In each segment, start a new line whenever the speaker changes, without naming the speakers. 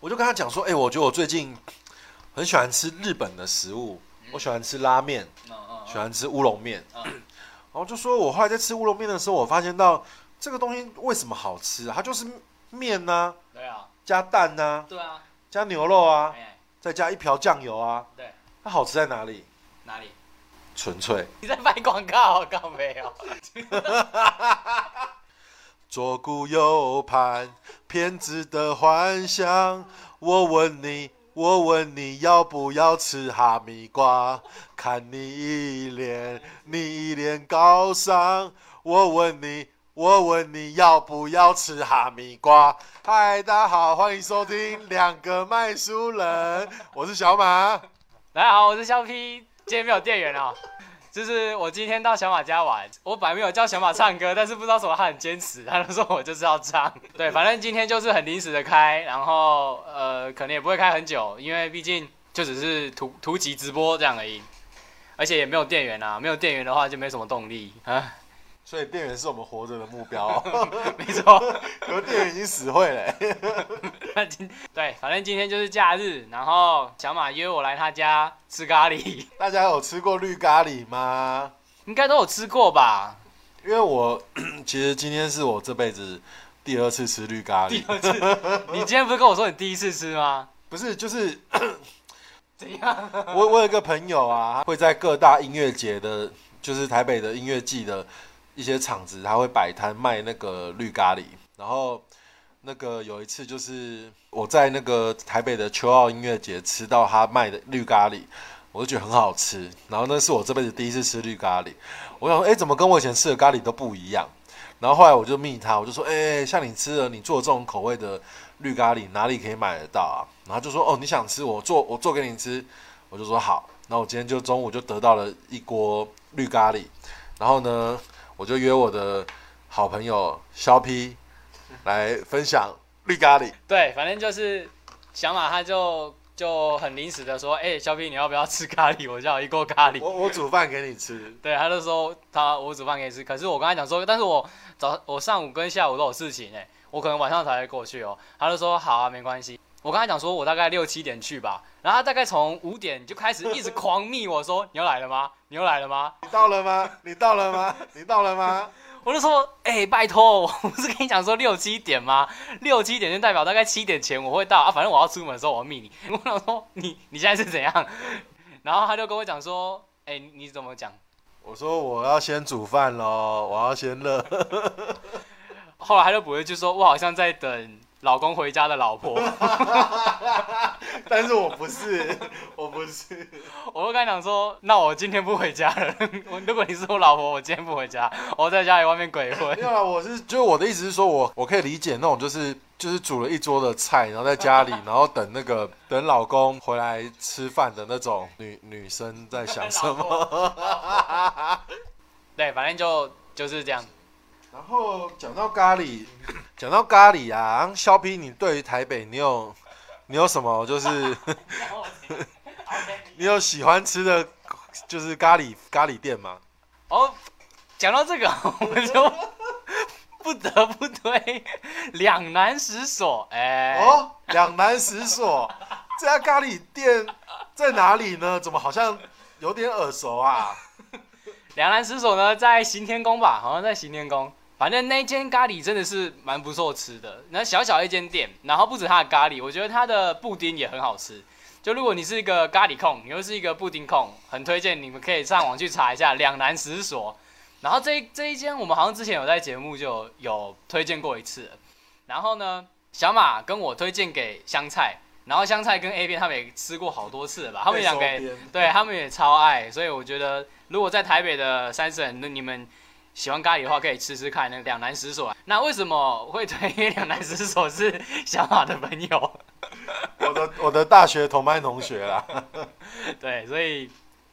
我就跟他讲说，哎、我觉得我最近很喜欢吃日本的食物，我喜欢吃拉面，
嗯嗯
喜欢吃乌龙面。
嗯
然后就说我后来在吃乌龙面的时候，我发现到这个东西为什么好吃、啊，它就是面呐、
嗯，对啊，
加蛋呐、
对啊，
加牛肉啊，
哎，
再加一瓢酱油啊。
对，
它好吃在哪里？
哪里？
纯粹。
你在拍广告？告没有？
左顾右盼，骗子的幻想。我问你，我问你要不要吃哈密瓜？看你一脸，你一脸高尚。我问你，我问你要不要吃哈密瓜？嗨，大家好，欢迎收听《两个卖书人》，我是小马。
大家好，我是肖 P，今天没有店员哦。就是我今天到小马家玩，我本来没有叫小马唱歌，但是不知道什么他很坚持，他就说我就是要唱。对，反正今天就是很临时的开，然后呃，可能也不会开很久，因为毕竟就只是图图集直播这样而已，而且也没有店员啊，没有店员的话就没什么动力啊。
所以店员是我们活着的目标、哦，
没错，
可是店员已经死会了、
那今对，反正今天就是假日，然后小马约我来他家吃咖喱，
大家有吃过绿咖喱吗？
应该都有吃过吧？
因为我 其实今天是我这辈子第二次吃绿咖喱，
你今天不是跟我说你第一次吃吗？
不是，就是
怎样？
我我有一个朋友啊，会在各大音乐节的，就是台北的音乐季的一些场子，他会摆摊卖那个绿咖喱。然后那个有一次就是我在那个台北的秋奥音乐节吃到他卖的绿咖喱，我就觉得很好吃。然后那是我这辈子第一次吃绿咖喱，我想说，哎，怎么跟我以前吃的咖喱都不一样？然后后来我就密他，我就说，哎，像你吃的，你做这种口味的绿咖喱哪里可以买得到啊？然后他就说，哦，你想吃，我做我做给你吃。我就说好，那我今天就中午就得到了一锅绿咖喱，然后呢，我就约我的好朋友肖 P 来分享绿咖喱。
对，反正就是小马他就就很临时的说，哎、小屁你要不要吃咖喱？我叫一锅咖喱。
我我煮饭给你吃，
对，他就说他我煮饭给你吃，可是我跟他讲说，但是我早我上午跟下午都有事情哎、我可能晚上才会过去哦。他就说好啊，没关系。我跟他讲说，我大概六七点去吧，然后他大概从五点就开始一直狂密我说你又来了吗？你又来了吗？
你到了吗？你到了吗？你到了吗？
我就说，哎、拜托，我不是跟你讲说六七点吗？六七点就代表大概七点前我会到啊，反正我要出门的时候我要密你。 我想说你你现在是怎样？ 然后他就跟我讲说，哎、你你怎么讲？
我说我要先煮饭喽，我要先热。
后来他就补了一句说，我好像在等老公回家的老 婆。
但是我不是， 我不是。
我就跟他讲说，那我今天不回家了。 我如果你是我老婆，我今天不回家，我在家里外面鬼 混
没。有啦，我是就是我的意思是说我，我可以理解那种就是就是煮了一桌的菜，然后在家里，然后等那个等老公回来吃饭的那种女女生在想什么。
么？对，反正就就是这样。
然后讲到咖喱，讲到咖喱啊，肖皮，你对于台北，你有你有什么就是 你有喜欢吃的，就是咖喱咖喱店吗？
哦，讲到这个， 我就不得不推两难十所。哎、
哦，两难十 所，这家咖喱店在哪里呢？怎么好像有点耳熟啊？
两难十所呢，在行天宫吧，好像在行天宫。反正那间咖喱真的是蛮不错吃的，那小小一间店，然后不止它的咖喱，我觉得它的布丁也很好吃。就如果你是一个咖喱控，你又是一个布丁控，很推荐你们可以上网去查一下两难十所。然后这一这一间我们好像之前有在节目就有有推荐过一次了，然后呢，小马跟我推荐给香菜，然后香菜跟 A 边他们也吃过好多次了吧，他们两个
被
也
收编
对他们也超爱，所以我觉得如果在台北的三省，那你们喜欢咖喱的话，可以吃吃看那两难十所。那为什么会推两难十所是小马的朋友？
我的我的大学同班同学啦。
对，所以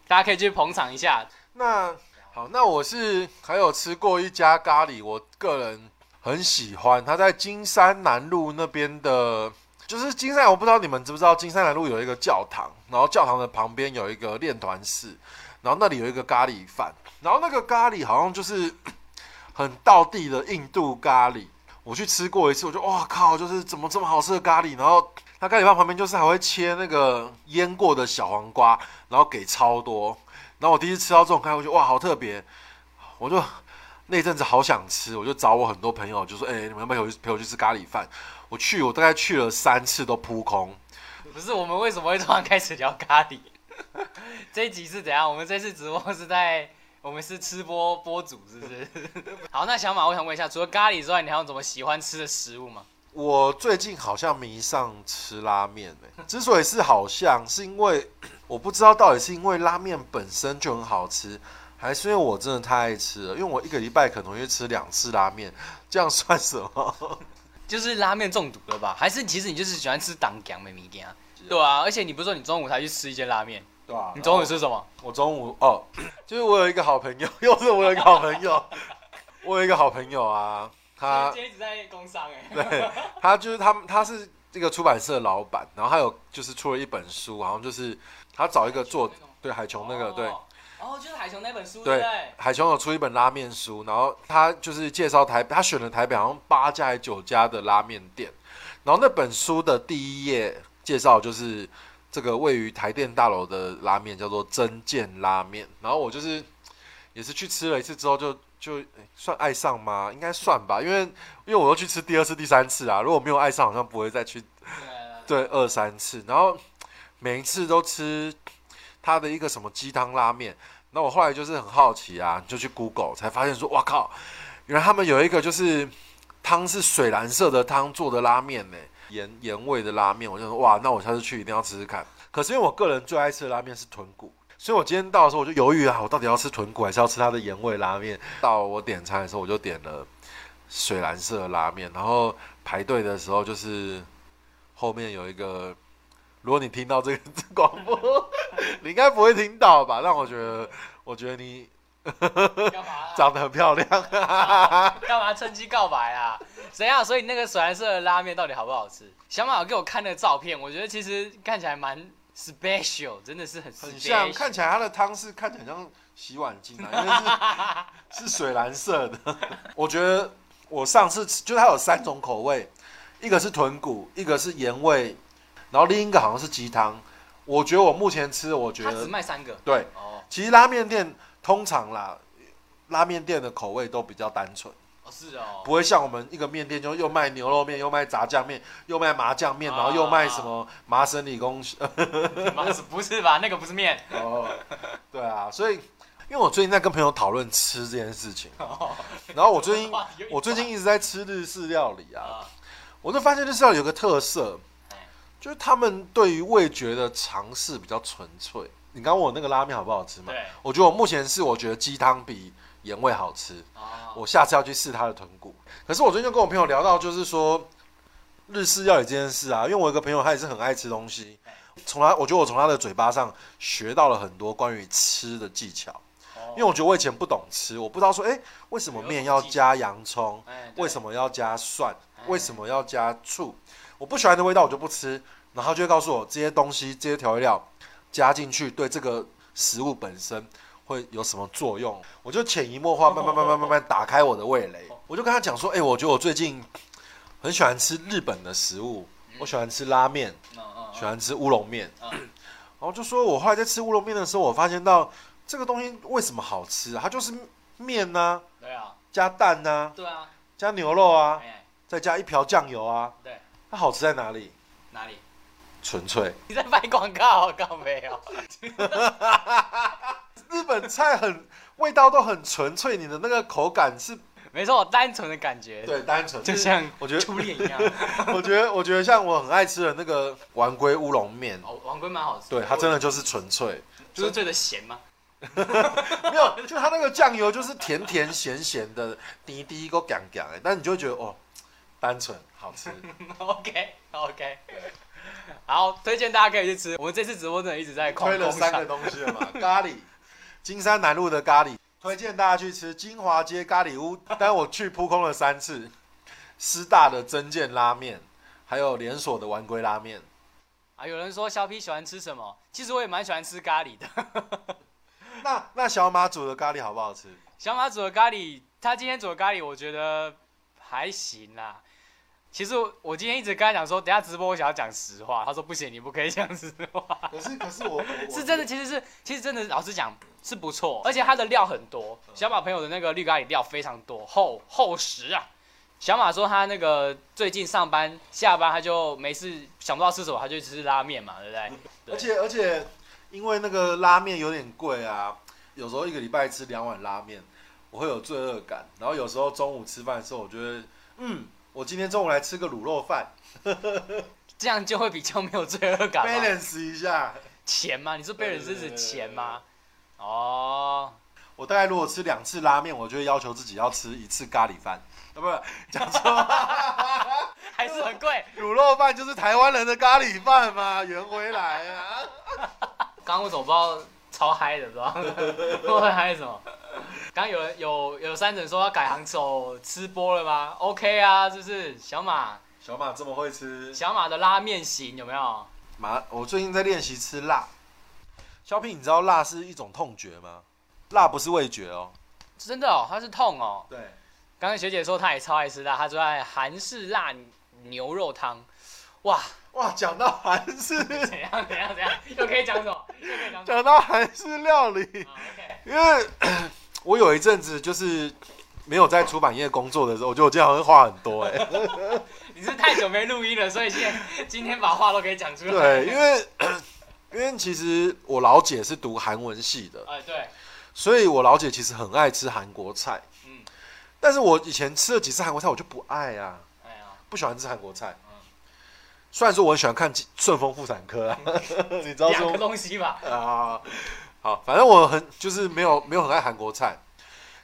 大家可以去捧场一下。
那好，那我是还有吃过一家咖喱，我个人很喜欢，它在金山南路那边的，就是金山，我不知道你们知不知道，金山南路有一个教堂，然后教堂的旁边有一个练团室，然后那里有一个咖喱饭，然后那个咖喱好像就是很道地的印度咖喱。我去吃过一次，我就哇靠，就是怎么这么好吃的咖喱，然后它咖喱饭旁边就是还会切那个腌过的小黄瓜，然后给超多。然后我第一次吃到这种咖喱，我觉得哇，好特别，我就那一阵子好想吃，我就找我很多朋友，就说：“哎、你们要不要陪我去陪我去吃咖喱饭？”我去，我大概去了三次都扑空。
不是我们为什么会突然开始聊咖喱？ 这一集是怎样？我们这次直播是在我们是吃播播主是不是？ 好，那小马，我想问一下，除了咖喱之外，你还有什么喜欢吃的食物吗？
我最近好像迷上吃拉面欸之所以是好像，是因为我不知道到底是因为拉面本身就很好吃，还是因为我真的太爱吃了。因为我一个礼拜可能会吃两次拉面，这样算什么？
就是拉面中毒了吧？还是其实你就是喜欢吃党姜的米羹啊？对啊，而且你不是说你中午才去吃一间拉面？
对啊
你中午吃什么？
我中午哦， 就是我有一个好朋友， 又是我有一个好朋友，我有一个好朋友啊，他
天一直在工商哎、
对他就是他们，他是这个出版社的老板，然后他有就是出了一本书，好像就是他找一个作对海琼那个对。
哦，就是海琼那本书，
对
对不对？
海琼有出一本拉面书，然后他就是介绍台，他选了台北好像八家还是九家的拉面店，然后那本书的第一页介绍就是这个位于台电大楼的拉面叫做真见拉面，然后我就是也是去吃了一次之后就就诶算爱上吗？应该算吧，因为因为我又去吃第二次、第三次啊，如果没有爱上，好像不会再去
对啊
对二三次，然后每一次都吃他的一个什么鸡汤拉面。那我后来就是很好奇啊，就去 Google 才发现说，哇靠，原来他们有一个就是汤是水蓝色的汤做的拉面呢、盐盐味的拉面。我就说哇，那我下次去一定要吃吃看。可是因为我个人最爱吃的拉面是豚骨，所以我今天到的时候我就犹豫啊，我到底要吃豚骨还是要吃它的盐味拉面？到我点餐的时候我就点了水蓝色的拉面，然后排队的时候就是后面有一个，如果你听到这个 广播， 你应该不会听到吧？让我觉得，我觉得你
干嘛啊
长得很漂亮。
干嘛趁机告白啊？怎样？所以那个水蓝色的拉面到底好不好吃？小马有给我看那个照片，我觉得其实看起来蛮 special，真的是很 special。
很像，看起来它的汤是看起来很像洗碗巾啊，因 为是是水蓝色的。我觉得我上次吃，就它有三种口味，一个是豚骨，一个是盐味，然后另一个好像是鸡汤。我觉得我目前吃的，我觉
它只
得
卖三个
对。
哦
其实拉面店通常啦，拉面店的口味都比较单纯，
哦是哦，
不会像我们一个面店就又卖牛肉面，又卖炸酱面，又卖麻酱
啊
面，然后又卖什么麻省理工
不是 不是吧？那个不是面，
哦，对啊，所以因为我最近在跟朋友讨论吃这件事 情，
哦
然哦后我最近
哇有一
我最近一直在吃日式料理啊，
啊
我就发现日式料理有个特色
哎，
就是他们对于味觉的尝试比较纯粹。你刚问我那个拉面好不好吃嘛？
对
我觉得我目前是我觉得鸡汤比盐味好吃，
哦
我下次要去试它的豚骨。可是我最近就跟我朋友聊到，就是说日式料理这件事啊，因为我有一个朋友他也是很爱吃东西，从他我觉得我从他的嘴巴上学到了很多关于吃的技巧，
哦
因为我觉得我以前不懂吃，我不知道说哎、诶为什么面要加洋葱，为什
么
么要加蒜，为什么要加醋，我不喜欢的味道我就不吃，然后他就会告诉我这些东西这些调味料加进去对这个食物本身。会有什么作用？我就潜移默化，慢慢慢慢慢慢打开我的味蕾。我就跟他讲说，哎、我觉得我最近很喜欢吃日本的食物，我喜欢吃拉面，喜欢吃乌龙面，
嗯
然后就说我后来在吃乌龙面的时候，我发现到这个东西为什么好吃、啊，它就是面呐、
对啊
加蛋呐、
对啊
加牛肉啊，
哎
再加一瓢酱油啊，
对
它好吃在哪里？
哪里？
纯粹
你在卖广告？哦告 没有？
日本菜很味道都很纯粹，你的那个口感是
没错，单纯的感觉，
对哎单纯，
就像
我觉得
初恋一样。
我觉得我觉得像我很爱吃的那个丸龟乌龙面，
哦，王龟蛮好吃，
对它真的就是纯粹，
就是最的咸吗？
没有，就它那个酱油就是甜甜咸咸的，滴滴个干干的，但你就会觉得哦，单纯好吃。
OK OK，好，推荐大家可以去吃。我们这次直播真的一直在狂
推了
攻
三个
上，
东西 了嘛，咖喱，金山南路的咖喱，推荐大家去吃金华街咖喱 屋，但我去扑空了三次，师大的真见拉面，还有连锁的丸龟拉面。
啊！有人说小 P 喜欢吃什么？其实我也蛮喜欢吃咖喱的。
那那小马煮的咖喱好不好吃？
小马煮的咖喱，他今天煮的咖喱，我觉得还行啦。其实我我今天一直跟他讲说，等一下直播我想要讲实话，他说不行，你不可以讲实话。
可是可是我 我
是真的，其实是其实真的，老实讲是不错，而且它的料很多。小马朋友的那个绿咖喱料非常多，厚厚实啊。小马说他那个最近上班下班他就没事想不到吃什么，他就吃拉面嘛，对不对？对
而且而且，因为那个拉面有点贵啊，有时候一个礼拜吃两碗拉面，我会有罪恶感。然后有时候中午吃饭的时候，我觉得，嗯，我今天中午来吃个卤肉饭
这样就会比较没有罪恶感嘛。
，balance 一下。
钱吗？你说被人是指钱吗？哦，
我大概如果吃两次拉面，我就会要求自己要吃一次咖喱饭。啊，不是讲错，
还是很贵。
卤肉饭就是台湾人的咖喱饭嘛，圆回来啊。
刚刚为什么不知道超嗨的，不知 道我在嗨什么？刚刚有人有有三人说要改行走吃播了吗？OK 啊，是不是？小马
小马这么会吃
小马的拉面型有没有？
麻，我最近在练习吃辣。肖平，你知道辣是一种痛觉吗？辣不是味觉哦。
真的哦，它是痛哦。
对，
刚刚学姐说她也超爱吃辣，她说爱韩式辣牛肉汤。 哇，
哇，讲到韩式，
怎样怎样怎样，又可以讲什么？又可以讲什么？
讲到韩式料理，
好，OK，
因为 我有一阵子就是没有在出版业工作的时候，我觉得我今天好像话很多哎、
你是太久没录音了，所以现 在今天把话都可以讲出来。
对，因为因为其实我老姐是读韩文系的，
哎、对，
所以我老姐其实很爱吃韩国菜。
嗯，
但是我以前吃了几次韩国菜，我就不爱啊，
哎呀，
不喜欢吃韩国菜
嗯。
虽然说我很喜欢看《顺丰妇产科》啊， 你知道
两个
说
东西吧。
啊，好，反正我很就是没有没有很爱韩国菜。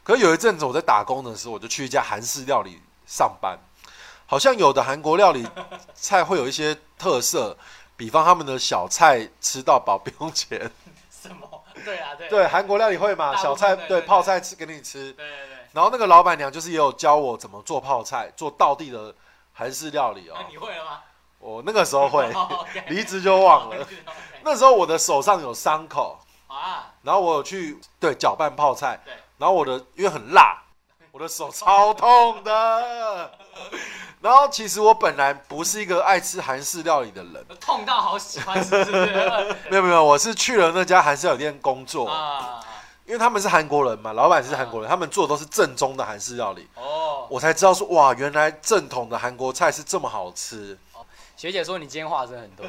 可是有一阵子我在打工的时候，我就去一家韩式料理上班，好像有的韩国料理菜会有一些特色，比方他们的小菜吃到饱不用钱。
什么？对啊，对，
对，韩国料理会嘛，
大部分
小菜
对
对
对
泡菜吃给你吃。
对对对，
然后那个老板娘就是也有教我怎么做泡菜，做道地的韩式料 理哦
那。你会了吗？，
我那个时候会
哦，OK
离职就忘
哦
了。
是 OK
那时候我的手上有伤口，
好啊，
然后我有去对搅拌泡菜
对，
然后我的因为很 辣，我的手超痛的。 然后其实我本来不是一个爱吃韩式料理的人，
痛到好喜欢，是不 是？
没有没有，我是去了那家韩式料理店工作，
啊，
因为他们是韩国人嘛，老板是韩国人，他们做的都是正宗的韩式料理，
哦，
我才知道说哇，原来正统的韩国菜是这么好吃。
学姐说你今天话真的很多，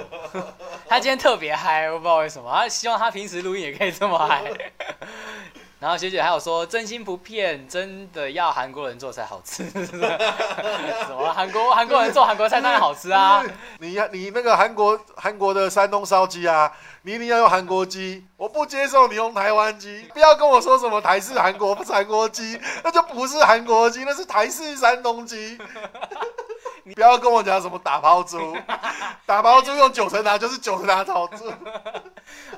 她今天特别嗨，我不知道为什么，她希望她平时录音也可以这么嗨。 然后学姐还有说，真心不骗，真的要韩国人做才好吃， 是不是什么韩国韩国人做韩国菜当然好吃 啊
就，是你呀，你那个韩国韩国的山东烧鸡啊，你一定要用韩国鸡，我不接受你用台湾鸡，不要跟我说什么台式韩国不是韩国鸡，那就不是韩国鸡，那是台式山东鸡。你不要跟我讲什么打抛猪，打抛猪用九层塔就是九层塔炒猪，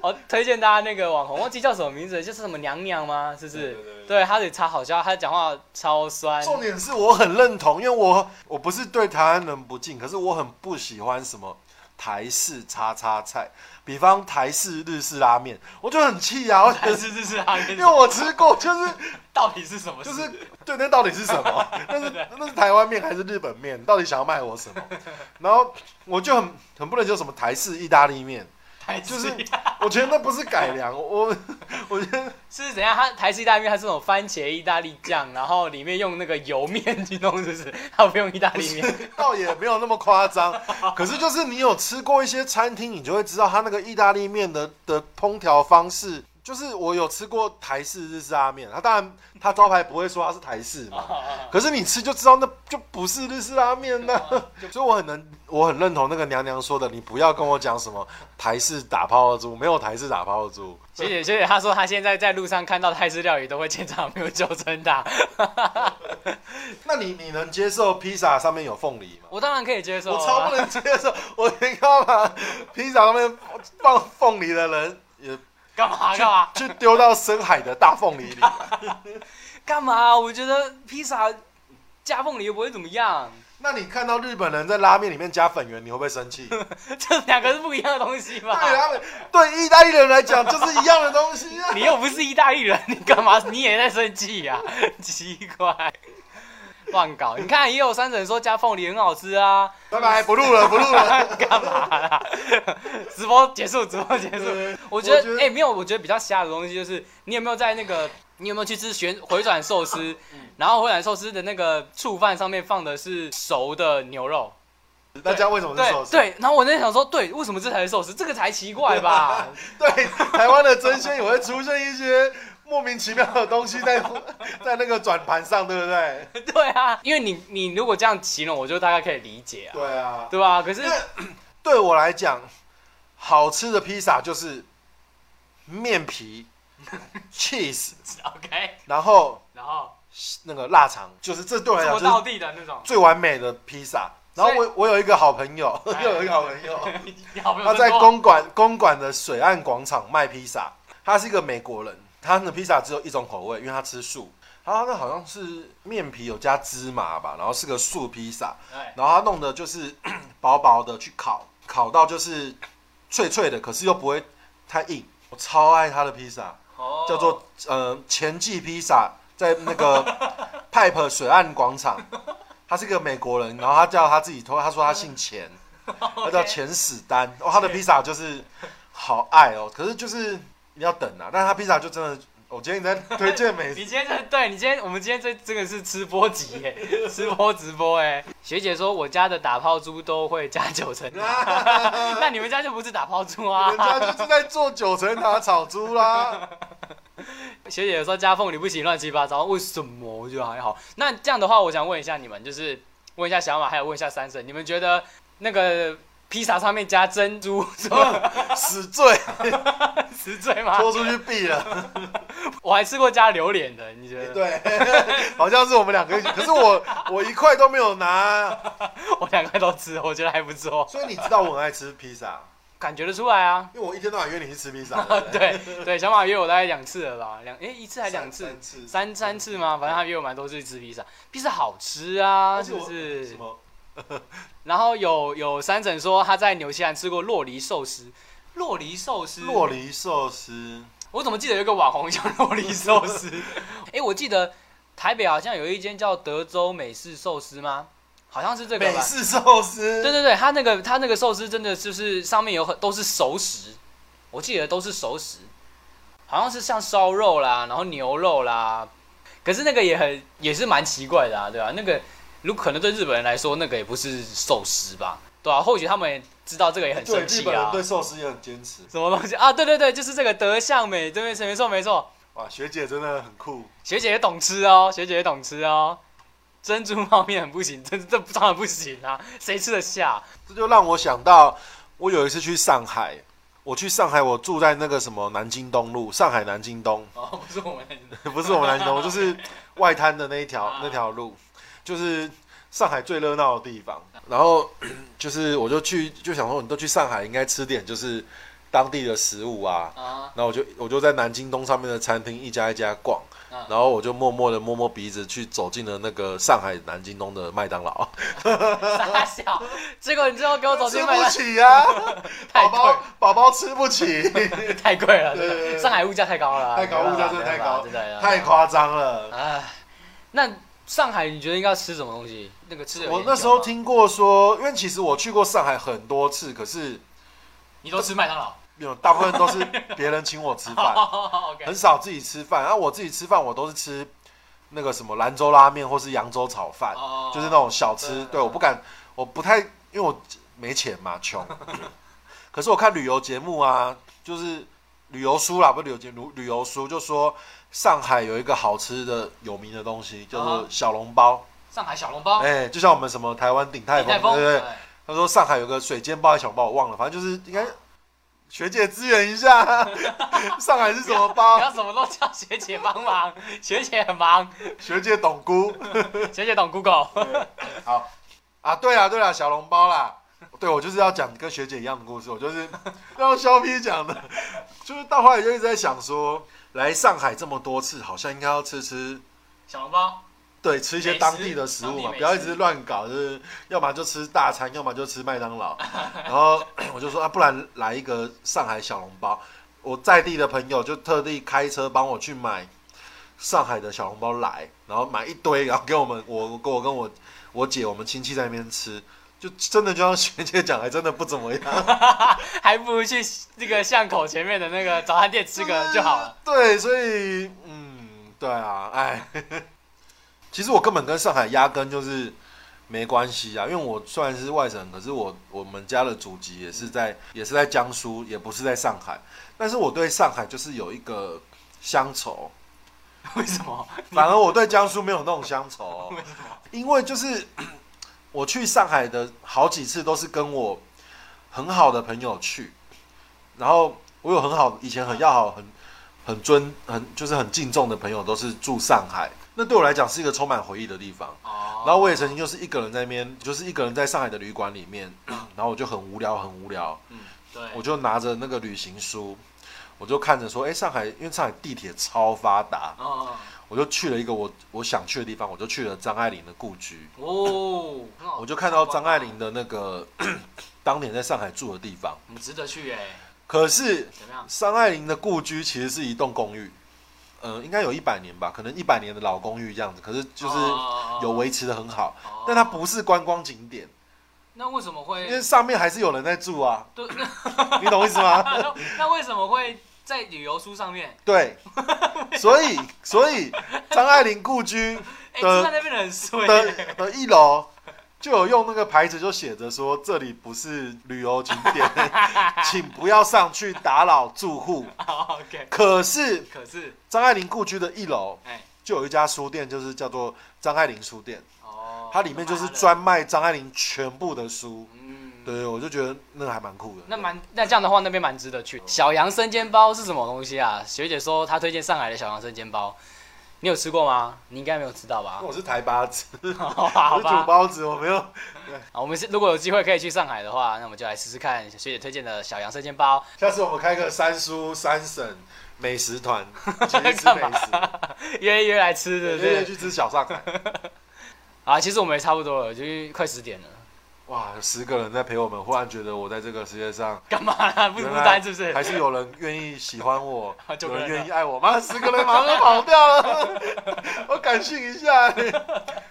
哦，推荐大家那个网红，忘记叫什么名字，就是什么娘娘吗？是不是？
对对对
她得擦好笑，她讲话超酸。
重点是我很认同，因为我我不是对台湾人不敬，可是我很不喜欢什么台式叉叉菜，比方台式日式拉面，我就很气啊！我觉
但
得
是这是她跟
因为我吃过，就是
到底是什么事？
就是对，那到底是什么？那是那是台湾面还是日本面？到底想要卖我什么？然后我就很很不能接受什么台式意大利面，
台式
就是我觉得那不是改良，我我觉得
是怎样？它台式意大利面它是那种番茄意大利酱，然后里面用那个油面去弄，是不是？它不用意大利面。
倒也没有那么夸张。可是就是你有吃过一些餐厅，你就会知道它那个意大利面的的烹调方式。就是我有吃过台式日式拉面，它当然它招牌不会说它是台式
哦
嘛，可是你吃就知道那就不是日式拉面呢、 所以我很能，我很认同那个娘娘说的，你不要跟我讲什么台式打泡猪，没有台式打泡猪。
学姐学姐她说她现在在路上看到泰式料理都会检查有没有九层塔，
那你你能接受披萨上面有凤梨吗？
我当然可以接受、啊。
我超不能接受，我你要把披萨上面放凤梨的人也
干嘛干嘛
去丢到深海的大凤梨里。
干嘛？我觉得披萨加凤梨又不会怎么样，
那你看到日本人在拉面里面加粉圆，你会不会生气？ 对
这两个是不一样的东西吧？
他们对意大利人来讲就是一样的东西 啊。
你又不是意大利人，你干嘛？你也在生气呀、奇怪。乱搞。你看也有三婶说加凤梨很好吃啊，
拜拜，不录了，不录 了。
干嘛啦？ 直播结束，直播结束。我觉得
我觉，得
哎、没有，我觉得比较瞎的东西就是，你有没有在那个，你有没有去吃旋回转寿司？
嗯
然后回转寿司的那个醋饭上面放的是熟的牛肉，
大家为什么是寿
对
司？
对。然后我在想说，对，为什么这才是寿司？这个才奇怪 吧？
对，台湾的真鲜也会出现一些莫名其妙的东西在 在那个转盘上，对不对？
对啊，因为你你如果这样形容，我就大概可以理解啊，
对啊，
对吧？可是
因为对我来讲，好吃的披萨就是面皮、cheese，
OK，
然后
然后
那个腊肠，就是这对我来
做
讲
到
就是
地的 那种。
最完美的披萨。然后
所
我我有一个好朋友，
哎
又有一个好朋友，
你好朋 友
他在
真多
公馆公馆的水岸广场卖披萨，他是一个美国人，他的披萨只有一种口味，因为他吃素。然后那好像是面皮有加芝麻吧，然后是个素披萨，
哎
然后他弄的就是 薄薄的去烤，烤到就是脆脆的，可是又不会太硬。我超爱他的披萨，
哦
叫做呃前记披萨，在那个 Pipe 水岸广场。他是个美国人，然后他叫他自己，他说他姓钱，他叫
OK
钱史丹。哦，他的披萨就是好爱哦，可是就是你要等啊。但是他披萨就真的，哦我今天在推荐 美
你
食，
今天这对你今天我们今天这这个是吃播集耶， 吃播直播哎。学姐说我家的打泡猪都会加 九层塔，那你们家就不是打泡猪
人
啊？
家就是在做九层塔炒猪啦。
学姐说夹凤梨不行，乱七八糟，为什么？我觉得还好。那这样的话，我想问一下你们，就是问一下小马，还有问一下三婶，你们觉得那个披萨上面加珍珠 说
死罪，
十罪吗？
拖出去毙了。
我还吃过加榴莲的，你觉得？
对， 好像是我们两个一起，可是我我一块都没有拿，
我两个都吃，我觉得还不错，
所以你知道我很爱吃披萨，
感觉得出来啊。
因为我一天到晚约你去吃披萨。对不对
对对，小马约我大概两次了吧，两诶一次还两次
三，次
三三次吗？反正他约我蛮多次吃披萨，披萨好吃啊，
而且
是不
哦我
是
什？么？
然后有有三婶说他在纽西兰吃过洛梨寿司，洛梨寿司，
洛，梨寿司，
我怎么记得有一个网红叫洛梨寿司？诶，我记得台北好像有一间叫德州美式寿司吗？好像是这个
美
吧。
式寿司，
对对对，他那个他那个寿司真的就是上面有很都是熟食，我记得都是熟食，好像是像烧肉啦，然后牛肉啦，可是那个也很也是蛮奇怪的啊，对吧、那个如可能对日本人来说，那个也不是寿司吧，对吧、或许他们也知道这个也很
对
生
日
气
本人
啊
对。寿司也很坚持。
什么东西啊？对对对，就是这个德相美，对没错没错没错，
哇，学姐真的很酷，
学姐也懂吃哦，学姐也懂吃哦。珍珠泡面很不行，这这当然不行啊，谁吃得下？
这就让我想到，我有一次去上海，我去上海，我住在那个什么南京东路，上海南京东，
哦，不是我们，
不是我们南 京东路，就是外滩的那一条
啊
那条路，就是上海最热闹的地方。然后 就是我就去，就想说你都去上海，应该吃点就是当地的食物啊。
啊
然后我就我就在南京东上面的餐厅一家一家逛，
嗯
然后我就默默的摸摸鼻子去走进了那个上海南京东的麦当
哦
劳，
傻笑。结果你最后给我走 进
吃
麦
不
当，
起啊，
太
宝
贵
宝，宝宝吃不 起，
太贵了，
对对
真的
对
上海物价太高了啊，
太高
没办
物价
法
真的太高
没办法真的
太。夸张了。
哎，那上海你觉得应该要吃什么东西？那个吃的有
我
研究啊
那时候
吗，
听过说，因为其实我去过上海很多次，可是
你都吃 麦当劳。
有大部分都是别人请我吃
哦
饭，
OK，
很少自己吃饭。然、啊后我自己吃饭，我都是吃那个什么兰州拉面或是扬州炒饭。
哦
就是那种小吃。
对
对，我不敢，我不太，因为我没钱嘛， 穷。可是我看旅游节目啊，就是旅游书啦，不是旅游节目，旅游书就说上海有一个好吃的有名的东西，叫
啊哈
做小笼包。
上海小笼包，
哎、就像我们什么台湾鼎泰
鼎
丰，对
泰丰，
不对？
哎
他说上海有个水煎包还是小笼包，我忘了，反正就是应该。学姐支援一 下，上海是什么
不
包？
要什么都叫学姐帮忙， 学姐很忙，
学姐懂姑。
学姐懂 Google。
好啊，对啦对啦，小笼包啦， 对我就是要讲跟学姐一样的故事，我就是 让肖 P 讲的，就是到后来就一直在想说，来上海这么多次，好像应该要吃吃，
小笼包，
对，吃一些当地的食物
美食当地
嘛
美，
不
食
要一直乱搞，就是要么就吃大餐，要么就吃麦当 劳，然后 我就说啊，不然来一个上海小笼包，我在地的朋友就特地开车帮我去买上海的小笼包来，然后买一堆，然后给我们我跟我跟我我姐我们亲戚在那边吃，就真的就像学姐讲，还真的不怎么样。
还不如去那个巷口前面的那个早餐店吃个就好了。
对，所以嗯，对啊，哎， 其实我根本跟上海压根就是没关系啊，因为我虽然是外省，可是我我们家的祖籍也是在也是在江苏，也不是在上海，但是我对上海就是有一个乡愁，
为什么？
反而我对江苏没有那种乡愁哦、因为就是 我去上海的好几次都是跟我很好的朋友去，然后我有很好以前很要好、很很尊、很就是很敬重的朋友都是住上海，那对我来讲是一个充满回忆的地方。
哦，
然后我也曾经就是一个人在那边，就是一个人在上海的旅馆里面， 然后我就很无聊，很无聊，
嗯，对，
我就拿着那个旅行书，我就看着说，哎，上海，因为上海地铁超发达，
哦
我就去了一个我我想去的地方，我就去了张爱玲的故居。
哦，很好
我就看到张爱玲，的那个 当年在上海住的地方。
很值得去哎，
可是
怎么样？
张爱玲的故居其实是一栋公寓，呃，应该有一百年吧，可能一百年的老公寓这样子。可是就是
哦
有，维持的很好，
哦
但它不是观光景点，
那为什么
因
会
为上面还是有人在住啊，
对？
你懂意思吗？
那那为什么会在旅游书上面？
对，所以所以张爱玲故居的
哎，住在那边的很衰欸，
的的呃一楼。就有用那个牌子，就写着说这里不是旅游景 点，请不要上去打扰住户。
好 OK，
可是
可是
张爱玲故居的一楼
哎，
就有一家书店，就是叫做张爱玲书店，
哦，
它里面就是
那蛮好的，
专卖张爱玲全部的书。
嗯，
对，我就觉得那个还蛮酷的。
那蛮那这样的话，那边蛮值得
哦
去。小杨生煎包是什么东西啊？学姐说她推荐上海的小杨生煎包，你有吃过吗？你应该没有吃到吧？
我是台八子，
好吧，
我
好
是煮
吧。
包子，我没有。
好我们是如果有机会可以去上海的话，那我们就来试试看学姐推荐的小杨生煎包。
下次我们开个三叔三省美食 团，去吃美食，
约一约来吃，对
对
不
对，
对？
去吃小上海。
啊，其实我们也差不多了，就是快十点了。
哇，有十个人在陪我们，忽然觉得我在这个世界上
干嘛啦？不孤
原来
单是不是？，
还是有人愿意喜欢我
啊就
有
跟
人
人
愿意爱我吗？十个人马上就跑掉了， 我感性一下、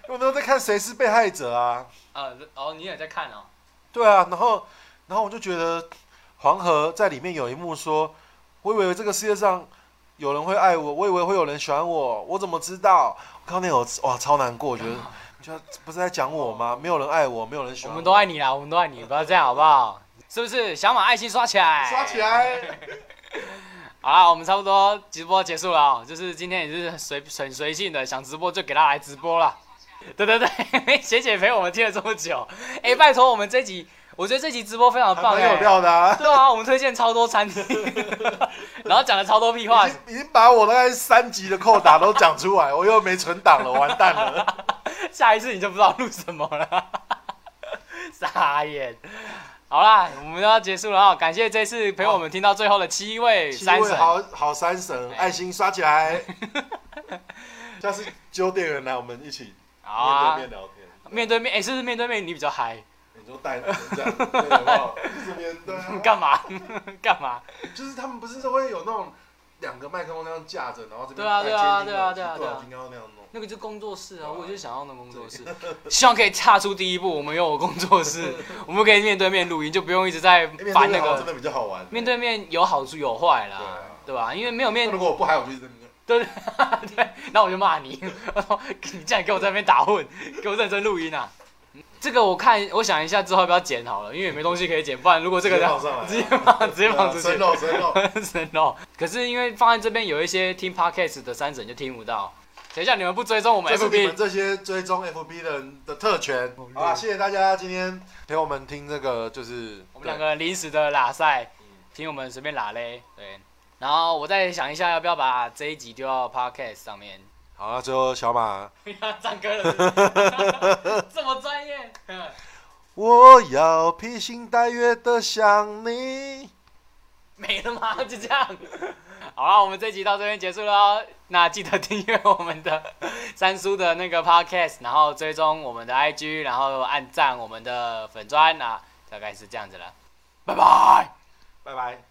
我都在看谁是被害者啊。
啊，哦，你也在看哦。
对啊，然后，然后我就觉得黄河在里面有一幕说，我以为这个世界上有人会爱我，我以为会有人喜欢我，我怎么知道？我看到那有哇，超难过，我 觉得。就不是在讲我吗？没有人爱我，没有人喜
我
欢
们都爱你啦，我们都爱你，不要这样好不好？ 是不是？想把爱心刷起来，
刷起。 来。
好啦，我们差不多直播结束了哦、就是今天也是随很随性的，想直播就给他来直播啦。 对对对， 学姐陪我们听了这么久，哎、拜托我们这集，我觉得这集直播非常
还
棒、
蛮有
哎。
料的啊！
对啊，我们推荐超多餐厅， 然后讲了超多屁话
已，经已经把我大概三集的扣打都讲出来，我又没存档了，完蛋了。
下一次你就不知道录什么了， 傻眼。好啦，我们要结束了啊！感谢这次陪我们听到最后的七位
七
三
位
神，
好好三神，
哎
爱心刷起来。 下次揪店员来，我们一起
好
面
啊
对，面聊天。
面对面，哎、是不是面对面你比较嗨？
你就带人这样，对好不好？这边对啊
你 干嘛？干嘛？
就是他们不是都会有那种两个麦克风那样架着，然后这边
对啊
戴
对啊
监听
对啊
耳机
对啊对啊
耳机刚刚那样弄。
那个就工作室啊，我也就想要那工作室，希望可以踏出第一步。我们有工 作室，我们可以面对面录音，就不用一直在
哎面
烦
对
那
面好像真
个。
的比较好玩。
面对面有好处有坏啦
对啊，
对吧？因为没有
那
面
如，果我不嗨，我就一直在那边
那我就骂你， 我说你竟然给我在那边打混，给我认真录音啊！这个我看，我想一下之后要不要剪好了，因为也没东西可以剪，不然如果这个
直接放上来啊
直接放直接放
对啊
出去
生，肉生肉。
神哦。可是因为放在这边有一些听 podcast 的三婶就听不到，谁叫你们不追踪我们
这是你们
FB？
这些追踪 FB 的人的特权。
哦
好吧，谢谢大家今天陪我们听这个，就是
我们两个临时的拉赛，听我们随便拉嘞。对，然后我再想一下要不要把这一集丢到 podcast 上面。
对好，那最后小马，
唱歌了是不是， 这么专业。
我要披星戴月的想你。
没了吗？就这样。好了，我们这集到这边结束了哦。那记得订阅我们的三叔的那个 podcast，然后追踪我们的 IG，然后按赞我们的粉砖啊，大概是这样子了。拜拜。
拜拜。